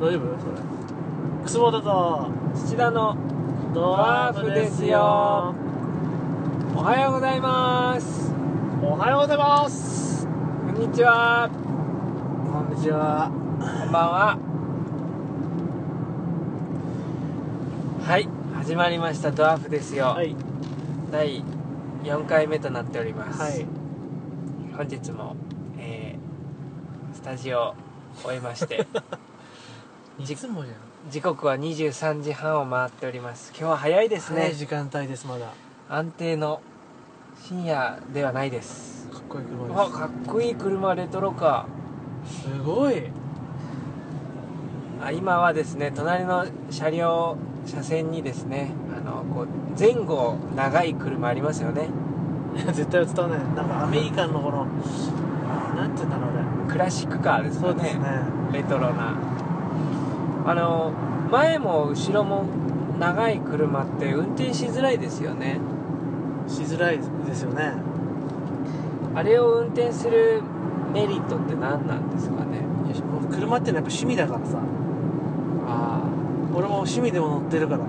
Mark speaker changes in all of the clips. Speaker 1: 大丈夫それ楠本と
Speaker 2: 土田の
Speaker 1: ド
Speaker 2: ワーフですよおはようございます
Speaker 1: おはようございます
Speaker 2: こんにちは
Speaker 1: こんにちは
Speaker 2: こんばんははい始まりましたドワーフですよ、
Speaker 1: はい
Speaker 2: 第4回目となっております、
Speaker 1: はい
Speaker 2: 本日も、えースタジオを終えまして
Speaker 1: いつもじゃん
Speaker 2: 時刻は23時半を回っております今日は早いです
Speaker 1: 早
Speaker 2: ね
Speaker 1: い時間帯ですまだ
Speaker 2: 安定の深夜ではないです
Speaker 1: かっこいい車
Speaker 2: あ
Speaker 1: で
Speaker 2: かっこいい車レトロカ
Speaker 1: すすごい
Speaker 2: ーあ今はですね隣の車両車線にですねあのこう前後長い車ありますよね
Speaker 1: 絶対伝わんないなんかアメリカンのこのなんて言うんだろうね
Speaker 2: クラシックカーです
Speaker 1: そ
Speaker 2: よ
Speaker 1: うですね
Speaker 2: レトロなあの前も後ろも長い車って運転しづらいですよね
Speaker 1: しづらいですよね
Speaker 2: あれを運転するメリットって何なんですかね
Speaker 1: いやもう車ってのはやっぱ趣味だからさ
Speaker 2: ああ
Speaker 1: 俺も趣味でも乗ってるから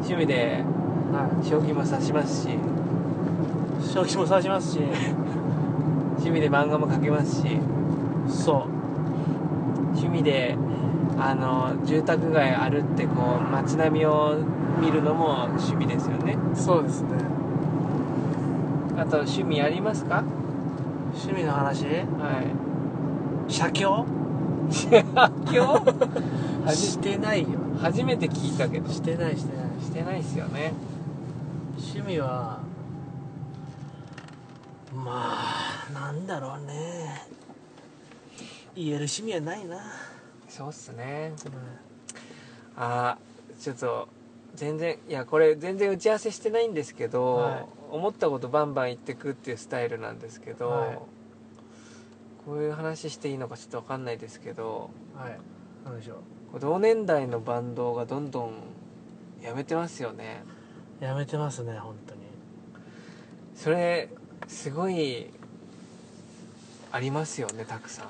Speaker 2: 趣味で
Speaker 1: は
Speaker 2: 将棋も指しますし
Speaker 1: い将棋も指しますし
Speaker 2: 趣味で漫画も描けますし
Speaker 1: そ
Speaker 2: 趣味であの住宅街歩ってこう街並みを見るのも趣味ですよね
Speaker 1: うそうですね
Speaker 2: あと趣味ありますか
Speaker 1: 趣味の話
Speaker 2: はい
Speaker 1: 写経
Speaker 2: 今日は じ
Speaker 1: してないよ
Speaker 2: 初めて聞いたけどし
Speaker 1: してないしてない
Speaker 2: てないっすよね
Speaker 1: 趣味はまあなんだろうね言える趣味はないな、
Speaker 2: そうっすねあーちょっと全然いやこれ全然打ち合わせしてないんですけど、
Speaker 1: はい
Speaker 2: 思ったことバンバン言ってくっていうスタイルなんですけど、
Speaker 1: はい
Speaker 2: こういう話していいのかちょっと分かんないですけど
Speaker 1: はい何でしょ
Speaker 2: 同年代のバンドがどんどんやめてますよね
Speaker 1: うやめてますね本当に
Speaker 2: それすごいありますよねたくさ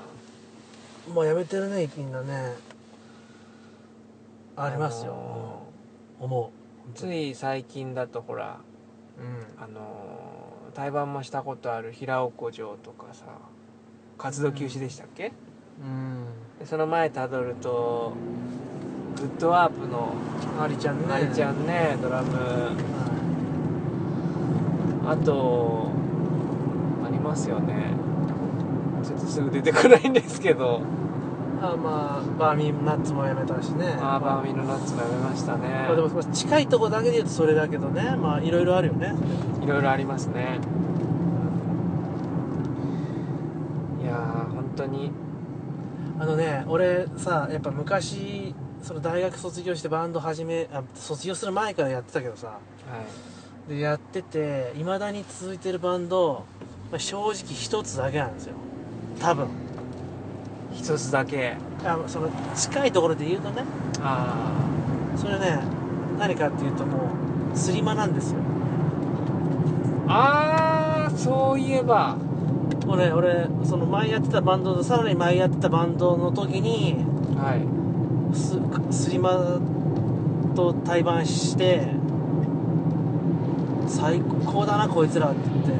Speaker 2: ん
Speaker 1: もうやめてるねみんなねありますよ、
Speaker 2: の
Speaker 1: うん思う
Speaker 2: つい最近だとほら
Speaker 1: うん
Speaker 2: あのー対バンもしたことある平岡城とかさ活動休止でしたっけ、
Speaker 1: うん
Speaker 2: でその前たどるとグッドワープの
Speaker 1: ありちゃんね
Speaker 2: 愛ちゃんねドラム
Speaker 1: は
Speaker 2: あとありますよねちょっとすぐ出てこないんですけど
Speaker 1: いあまあバーミンナッツもやめたしね
Speaker 2: アーバーミのナッツ舐めましたね
Speaker 1: まあ、でもまあ近いとこだけで言うとそれだけどねまあいろいろあるよね
Speaker 2: いろいろありますねいやー本当に
Speaker 1: あのね俺さやっぱ昔その大学卒業してバンド始めあ卒業する前からやってたけどさ
Speaker 2: はい
Speaker 1: でやってていまだに続いてるバンド、まあ、正直一つだけなんですよ多分
Speaker 2: 一つだけ
Speaker 1: あのその近いところで言うとね
Speaker 2: ああ
Speaker 1: それね何かっていうともうスリマなんですよ
Speaker 2: あーそういえば
Speaker 1: もうね俺その前やってたバンドとさらに前やってたバンドの時に
Speaker 2: はい
Speaker 1: すスリマと対バンして最高だなこいつらって言って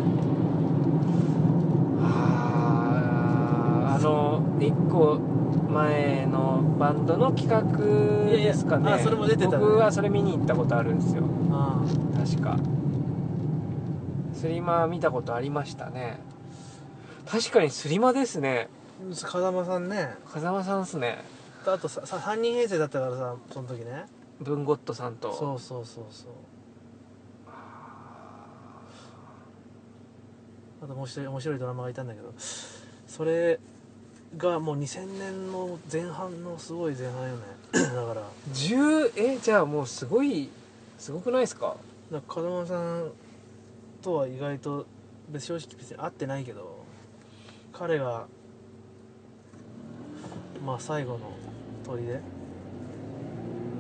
Speaker 2: あーあの一個前のバンドの企画
Speaker 1: いやいや
Speaker 2: ですかね
Speaker 1: あそれも出てたね
Speaker 2: 僕はそれ見に行ったことあるんですよ
Speaker 1: あ
Speaker 2: 確かスリマ見たことありましたね確かにスリマですね
Speaker 1: あ風間さんね
Speaker 2: 風間さんっすね
Speaker 1: あとささ3人編成だったからさその時ね
Speaker 2: ブンゴットさんと
Speaker 1: そうそうそうそうあともう一人面白いドラマがいたんだけどそれがもう2000年の前半のすごい前半よね だから
Speaker 2: 10えじゃあもうすごいすごくないですか
Speaker 1: なんか風間さんとは意外と別正直別に会ってないけど彼がまあ最後の鳥で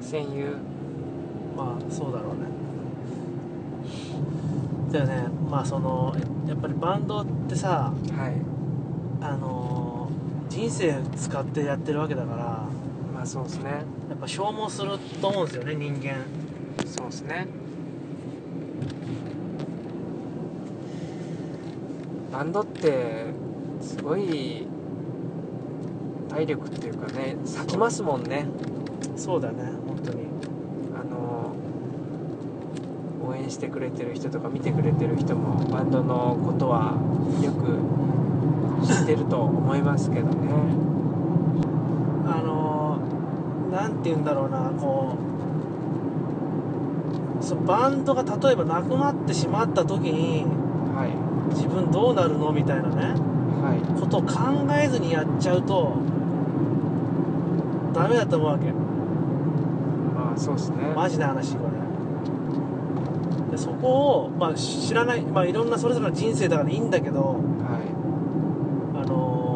Speaker 2: 戦友
Speaker 1: まあそうだろうねだよねまあそのやっぱりバンドってさ
Speaker 2: はい
Speaker 1: あの人生使ってやってるわけだから
Speaker 2: まああそうですね
Speaker 1: やっぱ消耗すると思うんですよね人間
Speaker 2: そうですねバンドってすごい体力っていうかね咲きますもんね
Speaker 1: そうだね本当に
Speaker 2: あの応援してくれてる人とか見てくれてる人もバンドのことはよく知ってると思いますけどね
Speaker 1: あのーなんて言うんだろうなこうそうバンドが例えばなくなってしまった時に
Speaker 2: は
Speaker 1: 自分どうなるのみたいなね
Speaker 2: いは
Speaker 1: ことを考えずにやっちゃうとダメだと思うわけ
Speaker 2: いまあそうですね
Speaker 1: マジな話これでそこを、まあ、知らない、まあ、いろんなそれぞれの人生だからいいんだけど
Speaker 2: は
Speaker 1: あのー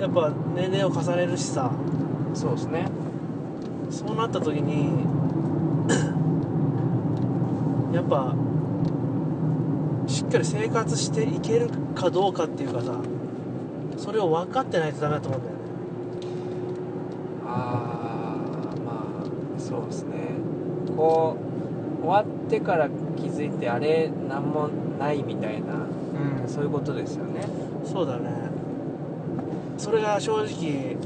Speaker 1: やっぱ年齢を重ねるしさ
Speaker 2: いそうですね
Speaker 1: そうなった時に やっぱしっかり生活していけるかどうかっていうかさそれを分かってないとダメだと思うんだよね
Speaker 2: ああまあそうですねこう終わってから気づいてあれ何もないみたいな
Speaker 1: う
Speaker 2: そういうことですよね
Speaker 1: んそうだねそれが正直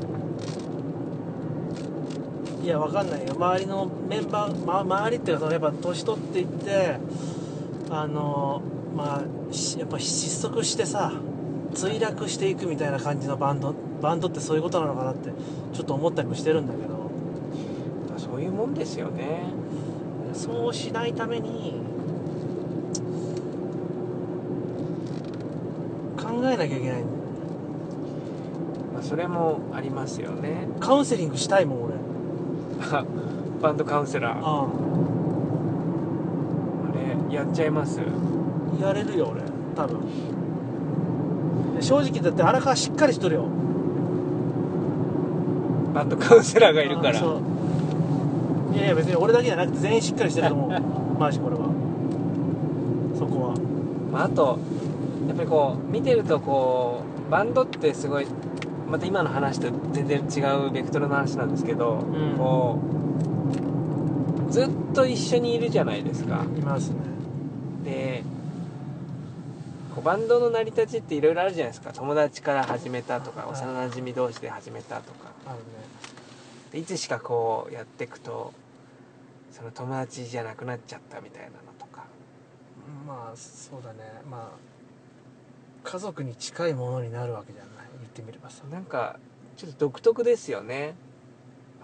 Speaker 1: いや分かんないよ周りのメンバー、ま、周りっていうかそのやっぱ年取っていってあのまあしやっぱ失速してさ墜落していくみたいな感じのバンドバンドってそういうことなのかなってちょっと思ったりもしてるんだけど
Speaker 2: まあそういうもんですよね
Speaker 1: そうしないために考えなきゃいけない
Speaker 2: まあそれもありますよね
Speaker 1: カウンセリングしたいもん俺
Speaker 2: あバンドカウンセラーあ
Speaker 1: あ
Speaker 2: れやっちゃいます
Speaker 1: あやれるよ俺多分正直だって荒川しっかりしとるよ
Speaker 2: バンドカウンセラーがいるか
Speaker 1: あ
Speaker 2: ら
Speaker 1: そういやいや別に俺だけじゃなくて全員しっかりしてると思 うマジこれはそこは
Speaker 2: まあ、あとやっぱりこう見てるとこうバンドってすごいまた今の話と全然違うベクトルの話なんですけ
Speaker 1: う
Speaker 2: ど、
Speaker 1: ん
Speaker 2: こうずっと一緒にいるじゃないですか
Speaker 1: いますね
Speaker 2: でこうバンドの成り立ちっていろいろあるじゃないですか友達から始めたとか
Speaker 1: はい
Speaker 2: 幼なじみ同士で始めたとか
Speaker 1: あるね
Speaker 2: でいつしかこうやっていくとその友達じゃなくなっちゃったみたいなのとか
Speaker 1: まあそうだねまあ家族に近いものになるわけじゃない言ってみればさ
Speaker 2: なんかちょっと独特ですよね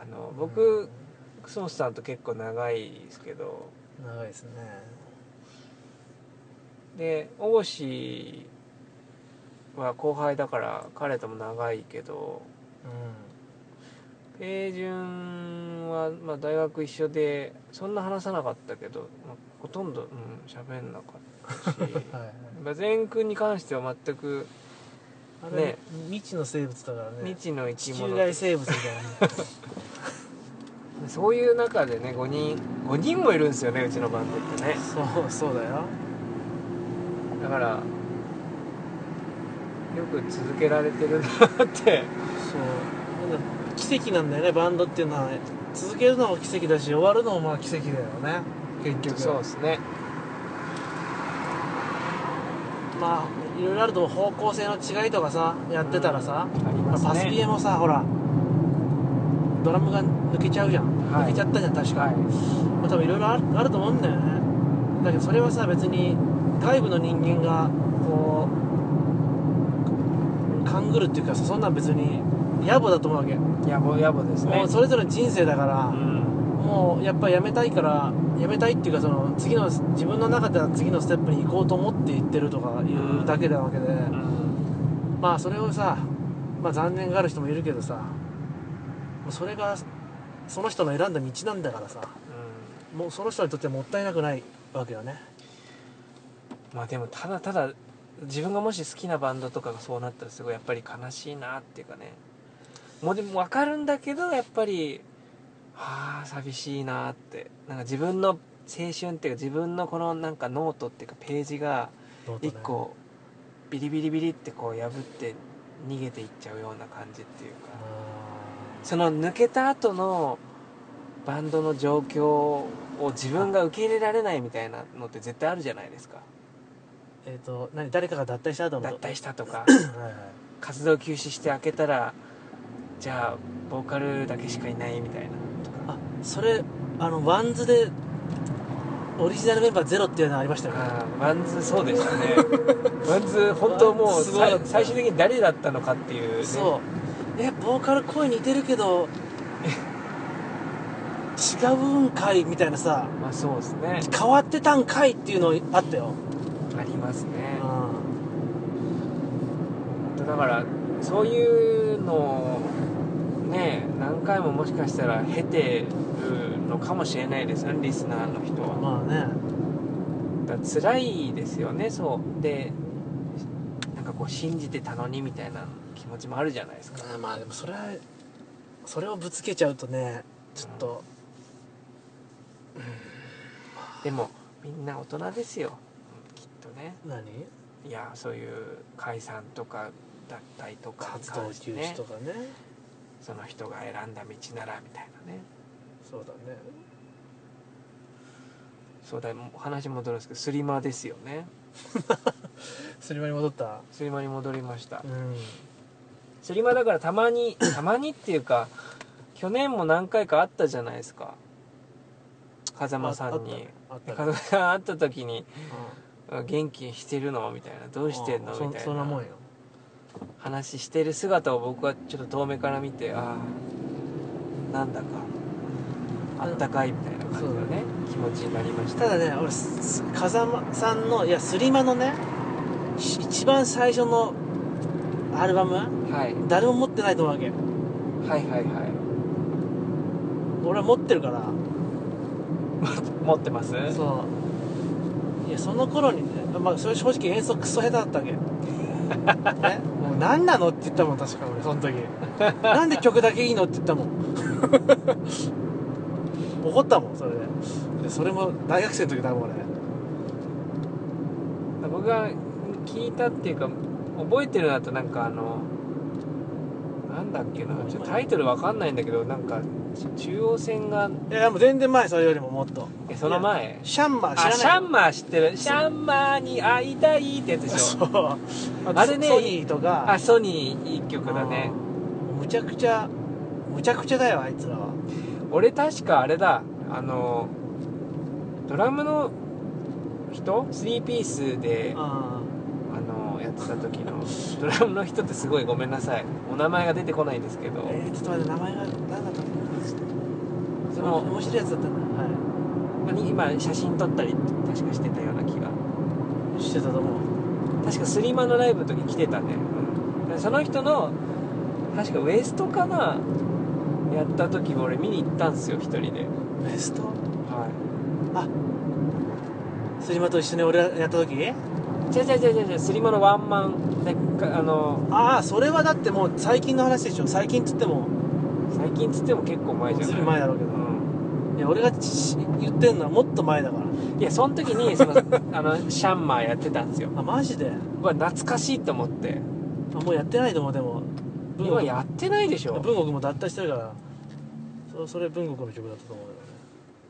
Speaker 2: あの僕、楠本さんと結構長いですけど
Speaker 1: うん長いですね
Speaker 2: で大志は後輩だから彼とも長いけど
Speaker 1: う
Speaker 2: 平順は、まあ、大学一緒でそんな話さなかったけど、まあほとんどうん喋んなかったし
Speaker 1: んはいはい
Speaker 2: まあ善くんに関しては全く
Speaker 1: あれ、
Speaker 2: ね
Speaker 1: 未知の生物だからね
Speaker 2: 未知の生
Speaker 1: 地
Speaker 2: き物
Speaker 1: 球外生物みたいなね
Speaker 2: そういう中でね5人5人もいるんですよねうちのバンドってね
Speaker 1: そうそうだよ
Speaker 2: だからよく続けられてるなって
Speaker 1: そうなんか奇跡なんだよねバンドっていうのは続けるのも奇跡だし終わるのもまあ奇跡だよね結局
Speaker 2: そうですね
Speaker 1: まあいろいろあると思う方向性の違いとかさやってたらさ、
Speaker 2: あり
Speaker 1: ま
Speaker 2: ま
Speaker 1: あ
Speaker 2: すね
Speaker 1: パスピエもさほらドラムが抜けちゃうじゃん、
Speaker 2: は
Speaker 1: 抜
Speaker 2: い
Speaker 1: けちゃったじゃん確か、
Speaker 2: は
Speaker 1: まあ、多分いろいろあるあると思うんだよねだけどそれはさ別に外部の人間がこう勘ぐるっていうかさそんなん別に野暮だと思うわけ、
Speaker 2: い野暮野暮ですね
Speaker 1: もうそれぞれの人生だから、
Speaker 2: うん
Speaker 1: もうやっぱりやめたいからやめたいっていうかその次の自分の中では次のステップに行こうと思って行ってるとかいうだけなわけで、
Speaker 2: うん
Speaker 1: まあそれをさ、まあ、残念がある人もいるけどさもうそれがその人の選んだ道なんだからさもうその人にとってはもったいなくないわけよね
Speaker 2: まあでもただただ自分がもし好きなバンドとかがそうなったらすごいやっぱり悲しいなっていうかねもうでも分かるんだけどやっぱりああ寂しいなってなんか自分の青春っていうか自分のこのなんかノートっていうかページが
Speaker 1: どうとね
Speaker 2: 一個ビリビリビリってこう破って逃げていっちゃうような感じっていうか
Speaker 1: あ
Speaker 2: その抜けた後のバンドの状況を自分が受け入れられないみたいなのって絶対あるじゃないですか
Speaker 1: ーえっ、と何誰かが脱退した後の
Speaker 2: 脱退したと
Speaker 1: は
Speaker 2: か
Speaker 1: いはい
Speaker 2: 活動休止して開けたらじゃあボーカルだけしかいないみたいなとか
Speaker 1: あそれあのワンズでオリジナルメンバーゼロっていうのありましたよね
Speaker 2: あーワンズそうでした ねワンズ本当も
Speaker 1: ワ
Speaker 2: う
Speaker 1: ンズすごい
Speaker 2: さ最終的に誰だったのかっていう、ね、
Speaker 1: そうえボーカル声似てるけど違うんかいみたいなさ
Speaker 2: まあそうですね
Speaker 1: 変わってたんかいっていうのあったよ、
Speaker 2: ありますね
Speaker 1: う
Speaker 2: だからそういうのをね何回ももしかしたら経てるのかもしれないですねリスナーの人
Speaker 1: ん、
Speaker 2: は
Speaker 1: まあね
Speaker 2: だから辛いですよねそうでなんかこう信じてたのにみたいな気持ちもあるじゃないですか
Speaker 1: まあでもそれはそれをぶつけちゃうとねちょっと、
Speaker 2: でもみんな大人ですよきっとね
Speaker 1: 何
Speaker 2: いやそういう解散とか脱退とかに
Speaker 1: 活動
Speaker 2: 関して
Speaker 1: 休
Speaker 2: ね
Speaker 1: 止とかね
Speaker 2: その人が選んだ道ならみたいなね
Speaker 1: そうだね
Speaker 2: そうだお話戻るんですけどスリマですよね
Speaker 1: スリマに戻った
Speaker 2: スリマに戻りました
Speaker 1: うん
Speaker 2: スリマだからたまにたまにっていうか去年も何回かあったじゃないですか風間さんに
Speaker 1: ああった
Speaker 2: で
Speaker 1: ね
Speaker 2: 風間さん会った時に
Speaker 1: う
Speaker 2: 「元気してるの?」みたいな「どうしてん
Speaker 1: あ
Speaker 2: の?」み
Speaker 1: そ
Speaker 2: たい
Speaker 1: そんなもん
Speaker 2: な
Speaker 1: よ
Speaker 2: 話してる姿を僕はちょっと遠目から見てああなんだかあったかいみたいな感じのね気持ちになりました
Speaker 1: ただね俺す風間さんのいやスリマのねし一番最初のアルバム
Speaker 2: はい
Speaker 1: 誰も持ってないと思うわけ
Speaker 2: はいはい は
Speaker 1: 俺は持ってるから
Speaker 2: い持ってます
Speaker 1: そういやその頃にね、まあ、それ正直演奏クソ下手だった わけねもう何なのって言ったもん確か俺その時なんで曲だけいいのって言ったもん 怒ったもんそれででそれも大学生の時だもん俺
Speaker 2: 僕が聞いたっていうか覚えてるなとなんかあのなんだっけなちょっとタイトルわかんないんだけどなんか中央線が
Speaker 1: いやもう全然前それよりももっと
Speaker 2: えその前
Speaker 1: シャンマー知ら
Speaker 2: あ
Speaker 1: ない
Speaker 2: シャンマー知ってるシャンマーに会いたいってやつでし
Speaker 1: そ
Speaker 2: ょ
Speaker 1: う
Speaker 2: あれね
Speaker 1: ソソニーとか
Speaker 2: あソニーいい曲だね
Speaker 1: うんむちゃくちゃむちゃくちゃだよあいつらは
Speaker 2: 俺確かあれだあのドラムの人3ピースで
Speaker 1: あ
Speaker 2: あのやってた時のドラムの人ってすごいごめんなさいお名前が出てこないんですけど
Speaker 1: えー、ちょっと待って名前が何だったっけ
Speaker 2: そ
Speaker 1: な
Speaker 2: の
Speaker 1: 面白いやつだったなは
Speaker 2: に今写真撮ったり確かしてたような気が
Speaker 1: いしてたと思う
Speaker 2: 確かスリマのライブの時来てたね、うん、その人の確かウエストかなやった時俺見に行ったんすよ一人で
Speaker 1: ベスト
Speaker 2: は
Speaker 1: スリマと一緒に俺がやった時
Speaker 2: いじゃじゃじゃじゃじゃスリマのワンマンでかあの
Speaker 1: ああそれはだってもう最近の話でしょ最近っつっても
Speaker 2: 最近つっても結構前じゃ
Speaker 1: ずい
Speaker 2: な
Speaker 1: ぶ
Speaker 2: い
Speaker 1: ん前だろうけどいや俺がち言ってんのはもっと前だから
Speaker 2: うん、いやその時にその あのシャンマーやってたんですよ
Speaker 1: あマジで
Speaker 2: うわ懐かしいと思って
Speaker 1: あもうやってないと思うでも文
Speaker 2: 今
Speaker 1: 国
Speaker 2: やってないでしょ
Speaker 1: 文国も脱退してるからそそれ文国の曲だったと思うけどね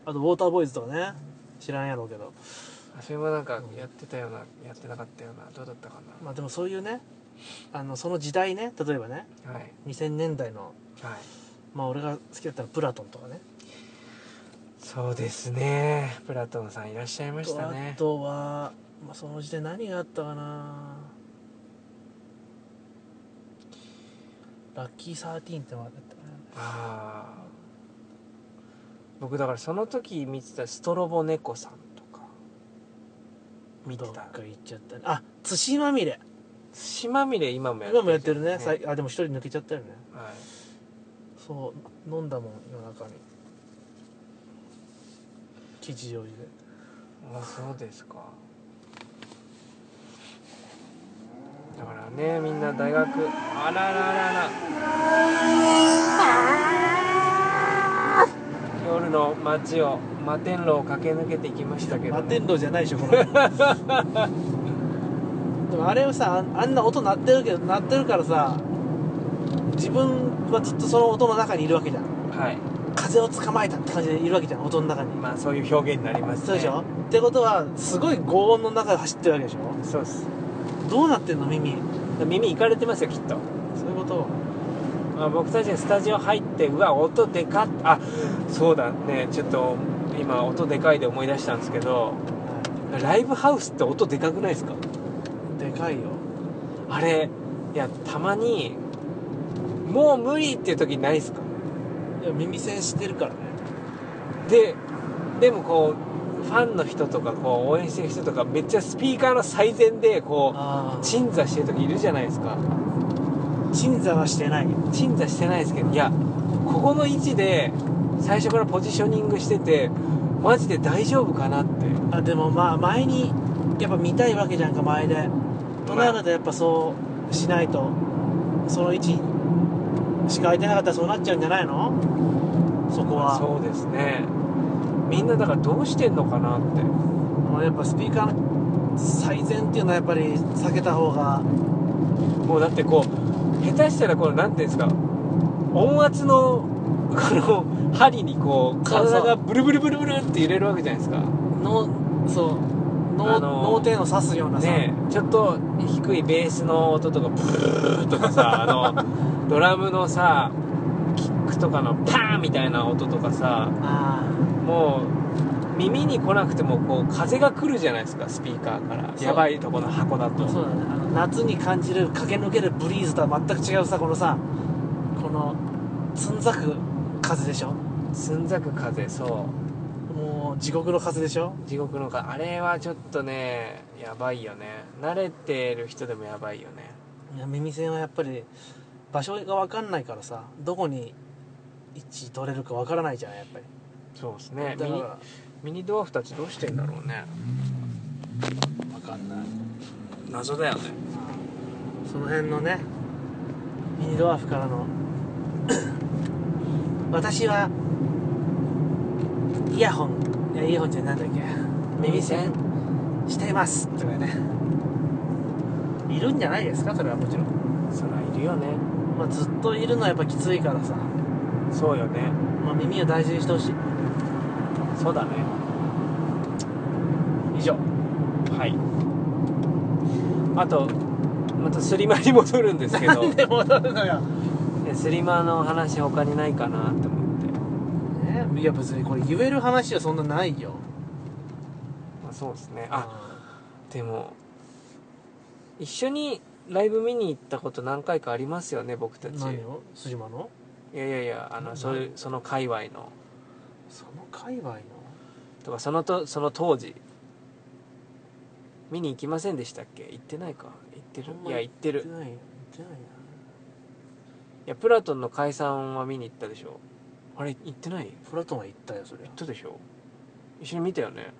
Speaker 1: あとウォーターボーイズとかね知らんやろうけど
Speaker 2: それもなんかやってたようなやってなかったようなどうだったか
Speaker 1: まあでもそういうねあのその時代ね例えばね
Speaker 2: なはい
Speaker 1: 2000年代の
Speaker 2: はい
Speaker 1: まあ俺が好きだったらプラトンとかね
Speaker 2: そうですねプラトンさんいらっしゃいましたね
Speaker 1: あとは、まあ、その時代何があったかなラッキーサーティーンってのがあったか
Speaker 2: ああ僕だからその時見てたストロボ猫さんとか見
Speaker 1: な
Speaker 2: て
Speaker 1: どったか行っちゃったねあ対馬みれ
Speaker 2: 寿司まみれ今もやって
Speaker 1: 今
Speaker 2: る
Speaker 1: もやってるね
Speaker 2: じゃん
Speaker 1: さいあでも一人抜けちゃったよね
Speaker 2: はい
Speaker 1: そう飲んだもん夜中に吉祥寺で
Speaker 2: あそうですかだからねみんな大学あらららら夜の街を摩天 楼を駆け抜けていきましたけど、ね、
Speaker 1: 摩天楼じゃないでしょこのこでもあれをさああんな音鳴ってるけど鳴ってるからさ自分はずっとその音の中にいるわけじゃん
Speaker 2: はい
Speaker 1: 風を捕まえたって感じでいるわけじゃん音の中に
Speaker 2: まあそういう表現になりますね
Speaker 1: そうでしょ、ってことはすごい轟音の中で走ってるわけでしょ
Speaker 2: そうです
Speaker 1: どうなってんの耳
Speaker 2: 耳いかれてますよきっと、
Speaker 1: そういうこと
Speaker 2: まあ、僕たちがスタジオ入ってうわ音でかっあそうだねちょっと今音でかいで思い出したんですけどライブハウスって音でかくないですか
Speaker 1: でかいよ
Speaker 2: あれいやたまにもう無理っていう時ないですか
Speaker 1: いや耳栓してるからね
Speaker 2: ででもこうファンの人とかこう応援してる人とかめっちゃスピーカーの最前でこ
Speaker 1: あ
Speaker 2: う
Speaker 1: ち
Speaker 2: 鎮座してる時いるじゃないですか
Speaker 1: 鎮座はしてない
Speaker 2: 鎮座してないですけどいやここの位置で最初からポジショニングしててマジで大丈夫かなって
Speaker 1: あでもまあ前にやっぱ見たいわけじゃんか前でとなるとやっぱそうしないとその位置しか空いてなかったらそうなっちゃうんじゃないのそこは
Speaker 2: そうですねみんなだからどうしてんのかなって
Speaker 1: もうやっぱスピーカーの最善っていうのはやっぱり避けた方が
Speaker 2: もうだってこう下手したらこのなんていうんですか音圧のこの針にこう
Speaker 1: そうそう
Speaker 2: 体がブルブルブルブルって揺れるわけじゃないですか
Speaker 1: のそう
Speaker 2: あの
Speaker 1: 脳脳天を刺すようなさ、
Speaker 2: ねえちょっと低いベースの音とかブルルルとかさあのドラムのさキックとかのパーンみたいな音とかさ
Speaker 1: あ
Speaker 2: もう耳に来なくてもこう風が来るじゃないですかスピーカーから
Speaker 1: そう
Speaker 2: やばいとこの箱だと
Speaker 1: あそうだねあの夏に感じる駆け抜けるブリーズとは全く違うさこのさこのつんざく風でしょ
Speaker 2: つんざく風そ
Speaker 1: もう地獄の風でしょ
Speaker 2: う地獄の風あれはちょっとねやばいよね慣れてる人でもやばいよね
Speaker 1: いや耳栓はやっぱり場所が分かんないからさどこに位置取れるか分からないじゃんやっぱり
Speaker 2: そうですね
Speaker 1: だ
Speaker 2: ミ
Speaker 1: か
Speaker 2: ニ
Speaker 1: ら
Speaker 2: ミニドワーフたちどうしてんだろうね
Speaker 1: 分かんない
Speaker 2: 謎だよね
Speaker 1: その辺のねミニドワーフからの 私はイヤホンいやイヤホンじゃなんだっけ耳栓していますとかねいるんじゃないですかそれはもちろん、
Speaker 2: そらいるよね
Speaker 1: まあ、ずっといるのはやっぱきついからさ、
Speaker 2: そうよね
Speaker 1: まあ、耳を大事にしてほしい
Speaker 2: そうだね以上はいあとまたスリマに戻るんですけど
Speaker 1: なんで戻るのよ
Speaker 2: えスリマの話他にないかなって思って、
Speaker 1: ねいや別にこれ言える話はそんなないよ
Speaker 2: まあ、そうですねあでも一緒にライブ見に行ったこと何回かありますよね僕たち
Speaker 1: 何を辻間の
Speaker 2: いやいやいやあの
Speaker 1: 何
Speaker 2: そういうその界隈の
Speaker 1: その界隈の
Speaker 2: とかそのとその当時見に行きませんでしたっけ行ってないか行ってる
Speaker 1: あんま
Speaker 2: いや行って
Speaker 1: 言って
Speaker 2: る
Speaker 1: ないよ言ってないよ
Speaker 2: いやプラトンの解散は見に行ったでしょあれ行ってない行
Speaker 1: プラトンは言ったよそれは
Speaker 2: っ。たでしょ一緒に見たよね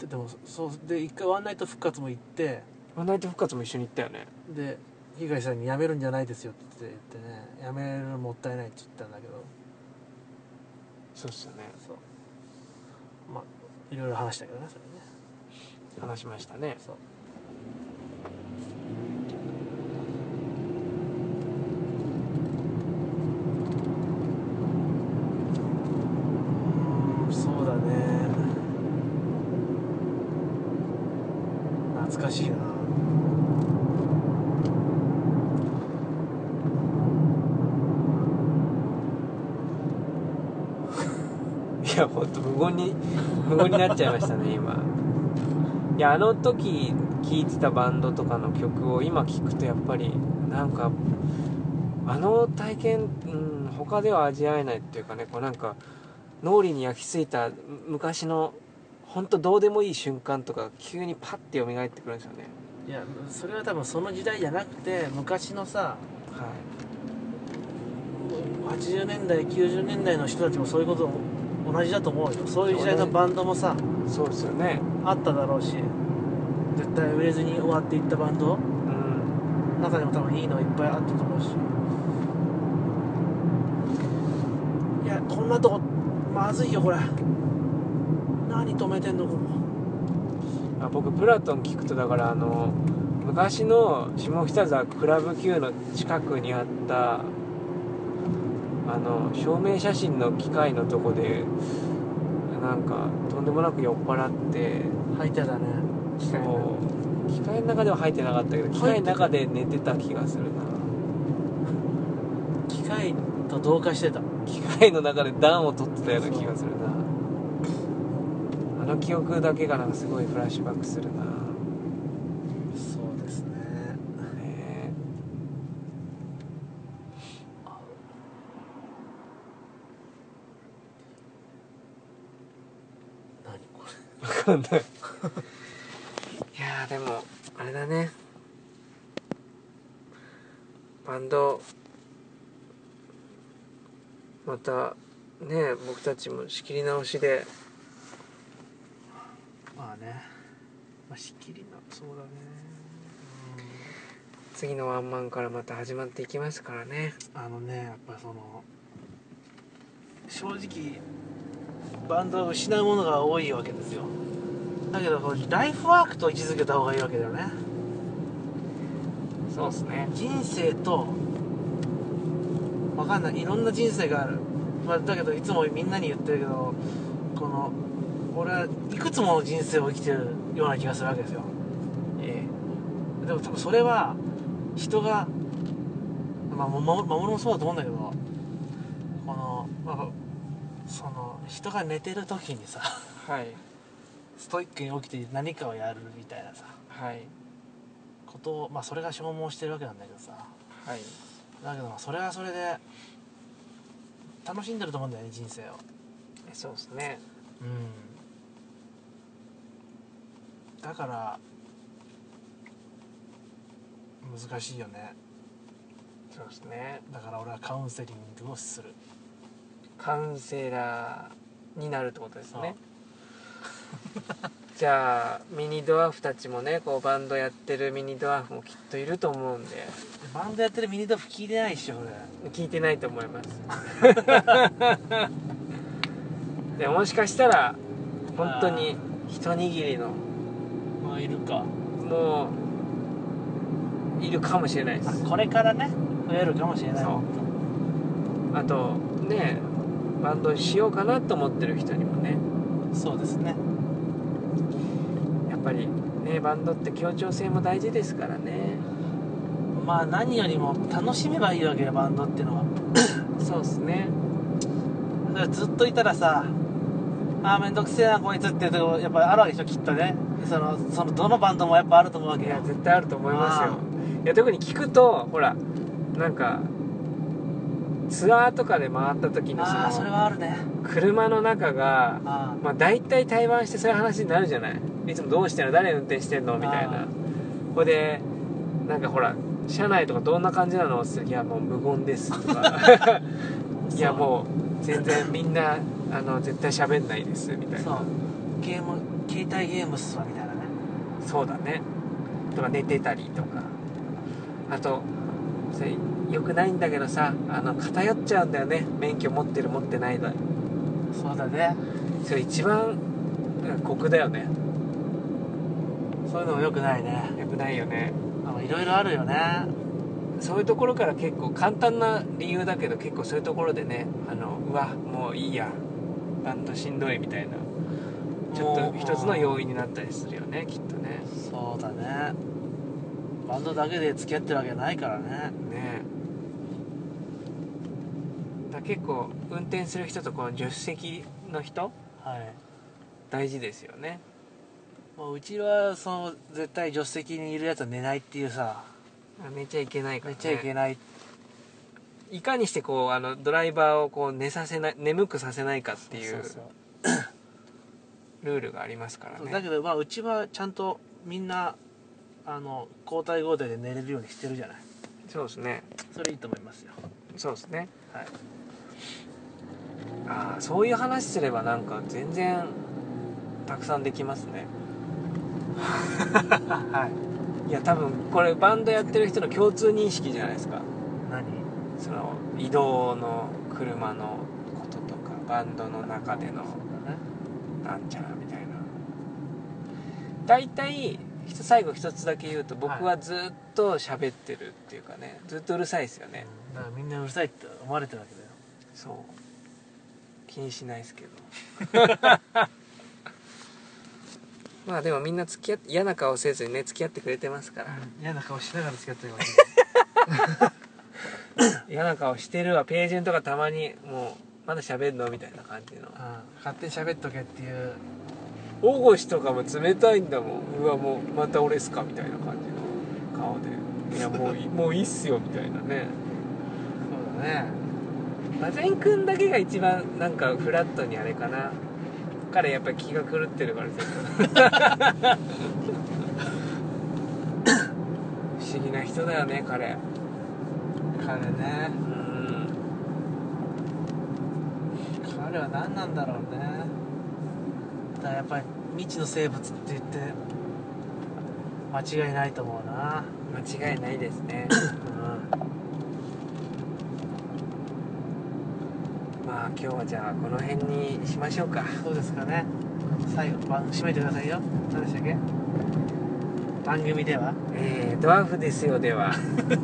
Speaker 1: ででもそうで一回ワンナイト復活も行って
Speaker 2: ワンナイト復活も一緒に行ったよね
Speaker 1: で被害者に「辞めるんじゃないですよ」って言ってね「辞めるのもったいない」って言ったんだけど
Speaker 2: そうっすよね
Speaker 1: そうまあいろいろ話したけどねそれね
Speaker 2: 話しましたね
Speaker 1: そううーんそうだね懐かしいな
Speaker 2: うんいやほんと無言に無言になっちゃいましたね今いやあの時聴いてたバンドとかの曲を今聴くとやっぱりなんかあの体験、うん、他では味わえないっていうかねこうなんか脳裏に焼き付いたむ昔のほんとどうでもいい瞬間とか急にパッて蘇ってくるんですよね
Speaker 1: いやそれは多分その時代じゃなくて昔のさ
Speaker 2: はい
Speaker 1: 80年代90年代の人たちもそういうこと同じだと思うよそういう時代のバンドもさ
Speaker 2: そうですよね
Speaker 1: あっただろうし絶対売れずに終わっていったバンド
Speaker 2: うん
Speaker 1: 中でも多分いいのいっぱいあったと思うしいやこんなとこまずいよこれ何止めてんのここ
Speaker 2: あ僕プラトン聴くとだからあの昔の下北沢クラブ Q の近くにあったあの証明写真の機械のとこでなんかとんでもなく酔っ払って
Speaker 1: 履いてたね機械の
Speaker 2: そう機械の中では入ってなかったけど機械の中で寝てた気がするな
Speaker 1: 機械と同化してた
Speaker 2: 機械の中で暖を取ってたような気がするなあの記憶だけがなんかすごいフラッシュバックするな
Speaker 1: そうですね
Speaker 2: ね
Speaker 1: 何これ
Speaker 2: え分かんないいやーでもあれだねバンドまたね僕たちも仕切り直しで
Speaker 1: まあね
Speaker 2: まあ仕切りなそうだね次のワンマンからまた始まっていきますからね
Speaker 1: あのねやっぱその正直バンドは失うものが多いわけですよだけどこうライフワークと位置づけた方がいいわけだよね
Speaker 2: そうっすね
Speaker 1: 人生とわかんないいろんな人生がある、まあ、だけどいつもみんなに言ってるけどこの俺はいくつもの人生を生きてるような気がするわけですよ
Speaker 2: え
Speaker 1: でも多分それは人が、まあ、もも守もそうだと思うんだけどこの、まあ、その人が寝てる時にさ
Speaker 2: えはい
Speaker 1: ストイックに起きて何かをやるみたいなさ
Speaker 2: はい
Speaker 1: ことを、まあ、それが消耗してるわけなんだけどさ
Speaker 2: はい
Speaker 1: だけどまあそれはそれで楽しんでると思うんだよね人生を
Speaker 2: えそうっすね
Speaker 1: うんだから難しいよね
Speaker 2: そうっすね
Speaker 1: だから俺はカウンセリングをする
Speaker 2: カウンセラーになるってことですね
Speaker 1: そ
Speaker 2: じゃあミニドワーフたちもねこうバンドやってるミニドワーフもきっといると思うんで
Speaker 1: バンドやってるミニドフ聞いてないっしょ俺
Speaker 2: 聞いてないと思います でもしかしたら本当に一握りの
Speaker 1: まあいるか
Speaker 2: もういるかもしれないです
Speaker 1: これからね増えるかもしれない
Speaker 2: そうあとねバンドしようかなと思ってる人にもね
Speaker 1: そうですね
Speaker 2: やっぱりねバンドって協調性も大事ですからね
Speaker 1: まあ何よりも楽しめばいいわけよバンドっていうのは
Speaker 2: そうっすね
Speaker 1: だからずっといたらさあーめんどくせえなこいつっていうとこやっぱあるわけでしょきっとねそのそのどのバンドもやっぱあると思うわけ
Speaker 2: いや
Speaker 1: よ
Speaker 2: 絶対あると思いますよ
Speaker 1: あ
Speaker 2: いや特に聞くとほらなんかツアーとかで回った時のそ
Speaker 1: ああそれ
Speaker 2: の
Speaker 1: はあるね
Speaker 2: 車の中が
Speaker 1: あ
Speaker 2: まあ大体対バンしてそういう話になるじゃないいつもどうしてんの誰運転してんのみたい
Speaker 1: あ
Speaker 2: な
Speaker 1: ー
Speaker 2: ほいでなんかほら車内とかどんな感じなのって言ったらいやもう無言です」とか「
Speaker 1: そう
Speaker 2: いやもう全然みんなあの絶対喋んないです」みた
Speaker 1: あ
Speaker 2: い
Speaker 1: そう
Speaker 2: な
Speaker 1: ゲーム携帯ゲームっすわみたいなね
Speaker 2: 「そうだね」とか寝てたりとかあとそれよくないんだけどさあの偏っちゃうんだよね免許持ってる持ってないだ
Speaker 1: そうだね
Speaker 2: それ一番うん酷だよね
Speaker 1: そういうのもよくないね
Speaker 2: よくないよね
Speaker 1: あのいろいろあるよね
Speaker 2: そういうところから結構簡単な理由だけど結構そういうところでねあのうわもういいやバンドしんどいみたいなちょっと一つの要因になったりするよねきっとね
Speaker 1: そうだねバンドだけで付き合ってるわけないからね
Speaker 2: ねだから結構運転する人とこの助手席の人
Speaker 1: はい
Speaker 2: 大事ですよね
Speaker 1: もううちはその絶対助手席にいるやつは寝ないっていうさ
Speaker 2: 寝ちゃいけないから、
Speaker 1: 寝
Speaker 2: ね、
Speaker 1: ちゃいけない、
Speaker 2: いかにしてこうあのドライバーをこう寝させない眠くさせないかっていう
Speaker 1: そう
Speaker 2: ルールがありますから
Speaker 1: そう
Speaker 2: ね
Speaker 1: だけどまあうちはちゃんとみんなあの交代交代で寝れるようにしてるじゃない
Speaker 2: そうですね
Speaker 1: それいいと思いますよ
Speaker 2: そうですね
Speaker 1: はい
Speaker 2: ああそういう話すればなんか全然たくさんできますね
Speaker 1: はい
Speaker 2: いや多分これバンドやってる人の共通認識じゃないですか
Speaker 1: 何
Speaker 2: その移動の車のこととかバンドの中で
Speaker 1: そ
Speaker 2: の
Speaker 1: うだね
Speaker 2: なんちゃらみたいな大体ひと最後一つだけ言うと僕はずっと喋ってるっていうかねずっとうるさいですよね、
Speaker 3: うんだからみんなうるさいって思われてるわけだよ
Speaker 2: そう気にしないですけど まあでもみんな付き合って嫌な顔せずにね付き合ってくれてますから、
Speaker 3: 嫌な顔しながら付き合ってるわけ
Speaker 2: 嫌な顔してるわページュンとかたまにもうまだ喋んのみたいな感じの
Speaker 3: だ、うん、勝手に喋っとけっていう
Speaker 2: 大越とかも冷たいんだもんうわもうまた俺っすかみたいな感じの顔でいやもういもういいっすよみたいなね
Speaker 3: そうだね
Speaker 2: マゼン君だけが一番なんかフラットにあれかな彼やっぱり気が狂ってるから全部 不思議な人だよね彼
Speaker 3: 彼ね
Speaker 2: うん
Speaker 3: 彼は何なんだろうね
Speaker 1: だからやっぱり未知の生物って言って間違いないと思うな
Speaker 2: 間違いないですねまあ今日はじゃあこの辺にしましょうか
Speaker 1: そうですかね最後番締めてくださいよ
Speaker 3: 何でしたっけ
Speaker 1: 番組では
Speaker 2: えー、ドワーフですよでは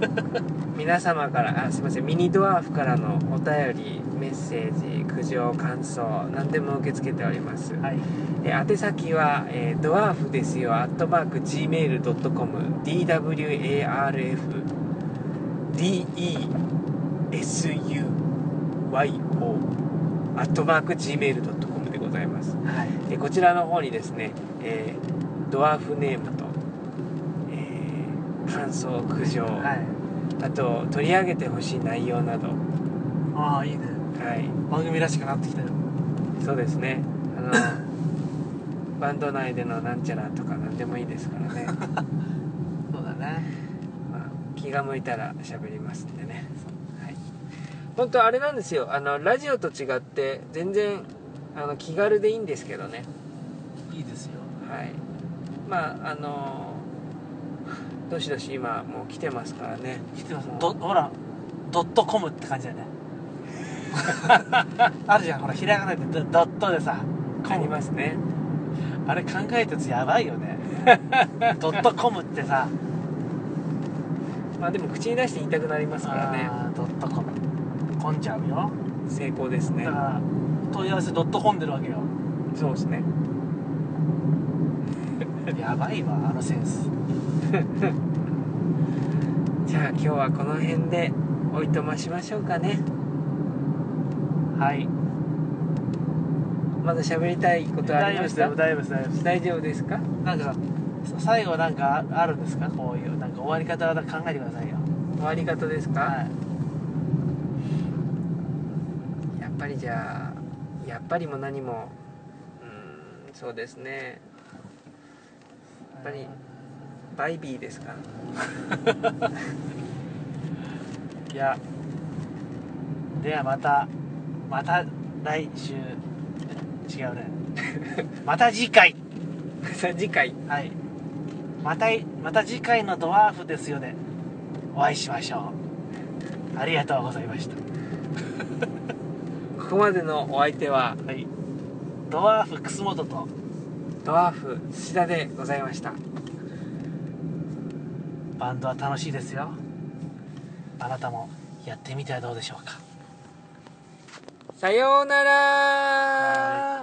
Speaker 2: 皆様からあすいませんミニドワーフからのお便りメッセージ苦情感想何でも受け付けております、
Speaker 1: はい
Speaker 2: えー宛先は、えードワーフですよアットマーク Gmail.com DWARF DESUYO アットマーク Gmail.com でございます
Speaker 1: はい
Speaker 2: えーこちらの方にですね、えードワーフネームと、えー感想苦情、
Speaker 1: はい
Speaker 2: あと取り上げてほしい内容などは
Speaker 1: ああいいね
Speaker 2: い
Speaker 1: 番組らしくなってきたよ
Speaker 2: そうですね あのバンド内でのなんちゃらとか何でもいいですからね、
Speaker 1: そうだね
Speaker 2: まあ、気が向いたら喋りますんでねはい本当あれなんですよあのラジオと違って全然あの気軽でいいんですけどね
Speaker 1: いいですよ
Speaker 2: はいまああのどしどし今もう来てますからね
Speaker 1: 来てますどほらドットコムって感じだよね あるじゃんほらひらがなでドドットでさ
Speaker 2: あ
Speaker 1: コ
Speaker 2: り
Speaker 1: ム
Speaker 2: ますね
Speaker 1: あれ考えたやつやばいよ ねドットコムってさ
Speaker 2: まあでも口に出して言いたくなりますからね
Speaker 1: あードットコム混んじゃうよ
Speaker 2: 成功です
Speaker 1: だ
Speaker 2: ね
Speaker 1: から問い合わせドット混んでるわけよ
Speaker 2: そうですね
Speaker 1: やばいわあのセンス
Speaker 2: じゃあ今日はこの辺でおいとましましょうかね
Speaker 1: はい
Speaker 2: まだ喋りたいことあ
Speaker 1: 大丈夫
Speaker 2: りま
Speaker 1: で
Speaker 2: し
Speaker 1: す
Speaker 2: た
Speaker 1: よ大丈夫です大丈夫です
Speaker 2: 大丈夫ですか
Speaker 1: なんか最後なんかああるんですかこういうなんか終わり方は考えてくださいよ
Speaker 2: 終わり方ですか、
Speaker 1: はい
Speaker 2: やっぱりじゃあやっぱりも何もうーんそうですねやっぱりバイビーですか
Speaker 1: いやではまたまた来週違う ねまた次回
Speaker 2: さあ次回
Speaker 1: はいまたいまた次回の「ドワーフですよね」お会いしましょうありがとうございました
Speaker 2: ここまでのお相手は
Speaker 1: はいドワーフ楠本と
Speaker 2: ドワーフ土田でございました
Speaker 1: バンドは楽しいですよあなたもやってみてはどうでしょうか
Speaker 2: さようなら
Speaker 1: は